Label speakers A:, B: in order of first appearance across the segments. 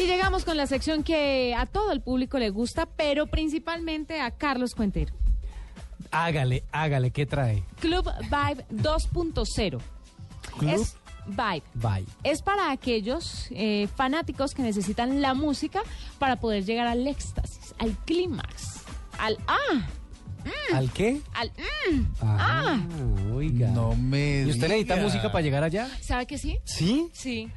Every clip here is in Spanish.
A: Y llegamos con la sección que a todo el público le gusta, pero principalmente a Carlos Cuentero.
B: Hágale, hágale, ¿qué trae?
A: Club Vibe 2.0.
B: Club
A: Es Vibe.
B: Bye.
A: Es para aquellos eh, fanáticos que necesitan la música para poder llegar al éxtasis, al clímax, al ah,
B: ¿Al qué?
A: al mm.
B: Ah, oiga.
C: No me.
B: ¿Y usted necesita
C: diga.
B: música para llegar allá?
A: ¿Sabe que sí?
B: ¿Sí?
A: Sí.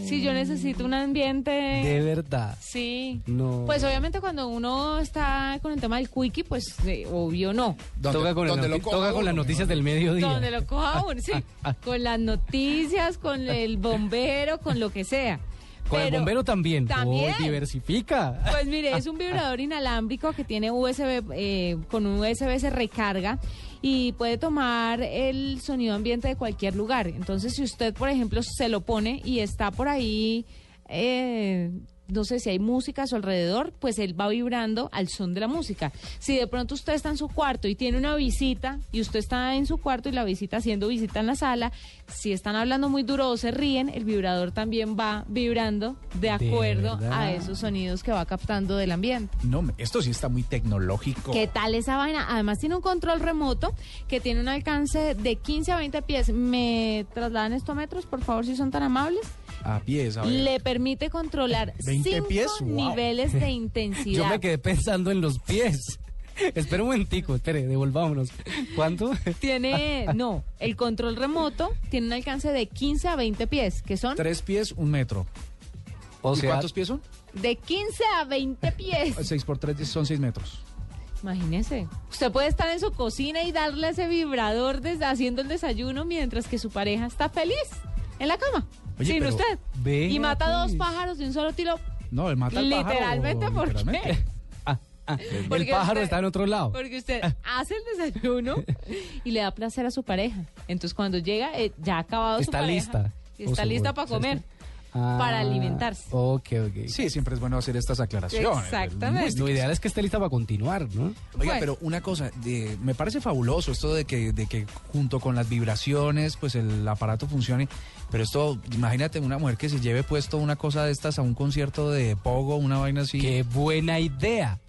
A: Sí, yo necesito un ambiente.
B: De verdad.
A: Sí.
B: No.
A: Eh. Pues obviamente cuando uno está con el tema del quickie, pues eh, obvio no.
C: ¿Dónde-
B: toca con, la
C: dónde
B: noti-
C: lo coja
B: toca con las
C: uno,
B: noticias del
C: mejor
B: mediodía.
A: Donde lo coja uno, sí. Con las noticias, con el bombero, con lo que sea.
B: Con el
A: Pero-
B: bombero también.
A: También.
B: Uy, diversifica.
A: Pues mire, es un vibrador inalámbrico que tiene USB, eh, con un USB se recarga y puede tomar el sonido ambiente de cualquier lugar. Entonces, si usted, por ejemplo, se lo pone y está por ahí, eh, no sé si hay música a su alrededor, pues él va vibrando al son de la música. Si de pronto usted está en su cuarto y tiene una visita y usted está en su cuarto y la visita haciendo visita en la sala, si están hablando muy duro o se ríen, el vibrador también va vibrando de acuerdo a
B: verdad.
A: esos sonidos que va captando del ambiente.
C: No, me- esto sí está muy tecnológico.
A: ¿Qué tal esa vaina? Además tiene un control remoto que tiene un alcance de 15 a 20 pies. ¿Me trasladan esto a metros, por favor, si son tan amables?
C: A pies, a ver.
A: Le permite controlar
C: 20
A: cinco
C: pies, wow.
A: niveles de
B: Yo me
A: intensidad.
B: quedé pensando en los pies. Espera un momentico, espere, devolvámonos. ¿Cuánto?
A: Tiene, no, el control remoto tiene un alcance de 15 a 20 pies, que son
C: Tres pies, un metro.
B: O
C: ¿Y
B: sea,
C: cuántos pies son?
A: de 15 a 20 pies.
C: Seis por tres diez, son seis metros.
A: Imagínese, usted puede estar en su cocina y darle ese vibrador desde haciendo el desayuno mientras que su pareja está feliz en la cama.
C: Oye,
A: sin
C: pero
A: usted.
B: vea,
A: Y mata dos
B: pues.
A: pájaros de un solo tiro.
C: No, el mata al pájaro,
A: Literalmente, ¿por qué?
C: literalmente.
B: Ah, ah, el
A: Porque
B: pájaro
A: usted-
B: está en otro lado.
A: Porque usted hace el desayuno y le da placer a su pareja. Entonces cuando llega, eh, ya ha acabado
B: Está
A: su pareja.
B: lista.
A: y
B: O
A: Está
B: su-
A: lista para comer. para
B: Ah,
A: alimentarse.
B: Ok, ok.
C: Sí, siempre es bueno hacer estas aclaraciones.
A: Exactamente.
B: Lo ideal es que esté lista para continuar, ¿no?
C: Oiga,
A: Bueno.
C: pero una cosa, de- me parece fabuloso esto de que, de que junto con las vibraciones, pues el aparato funcione. Pero esto, imagínate una mujer que se lleve puesto una cosa de estas a un concierto de pogo, una vaina así.
B: Qué buena idea.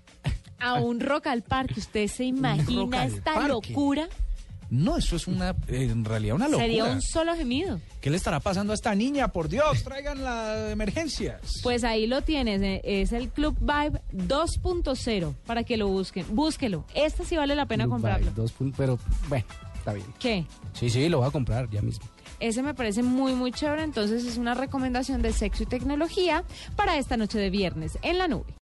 A: A un rock al parque, usted se imagina
C: al
A: esta
C: parque.
A: locura.
C: No, eso es una, en realidad una locura.
A: Sería un solo gemido.
C: ¿Qué le estará pasando a esta niña? Por Dios, traigan las emergencias.
A: Pues ahí lo tienes, eh, es el Club Vibe 2.0 para que lo busquen. Búsquelo, este sí vale la pena
B: Dubai,
A: comprarlo.
B: dos pun- pero bueno, está bien.
A: ¿Qué?
B: Sí, sí, lo voy a comprar ya mismo.
A: Ese me parece muy, muy chévere. Entonces es una recomendación de sexo y tecnología para esta noche de viernes en la nube.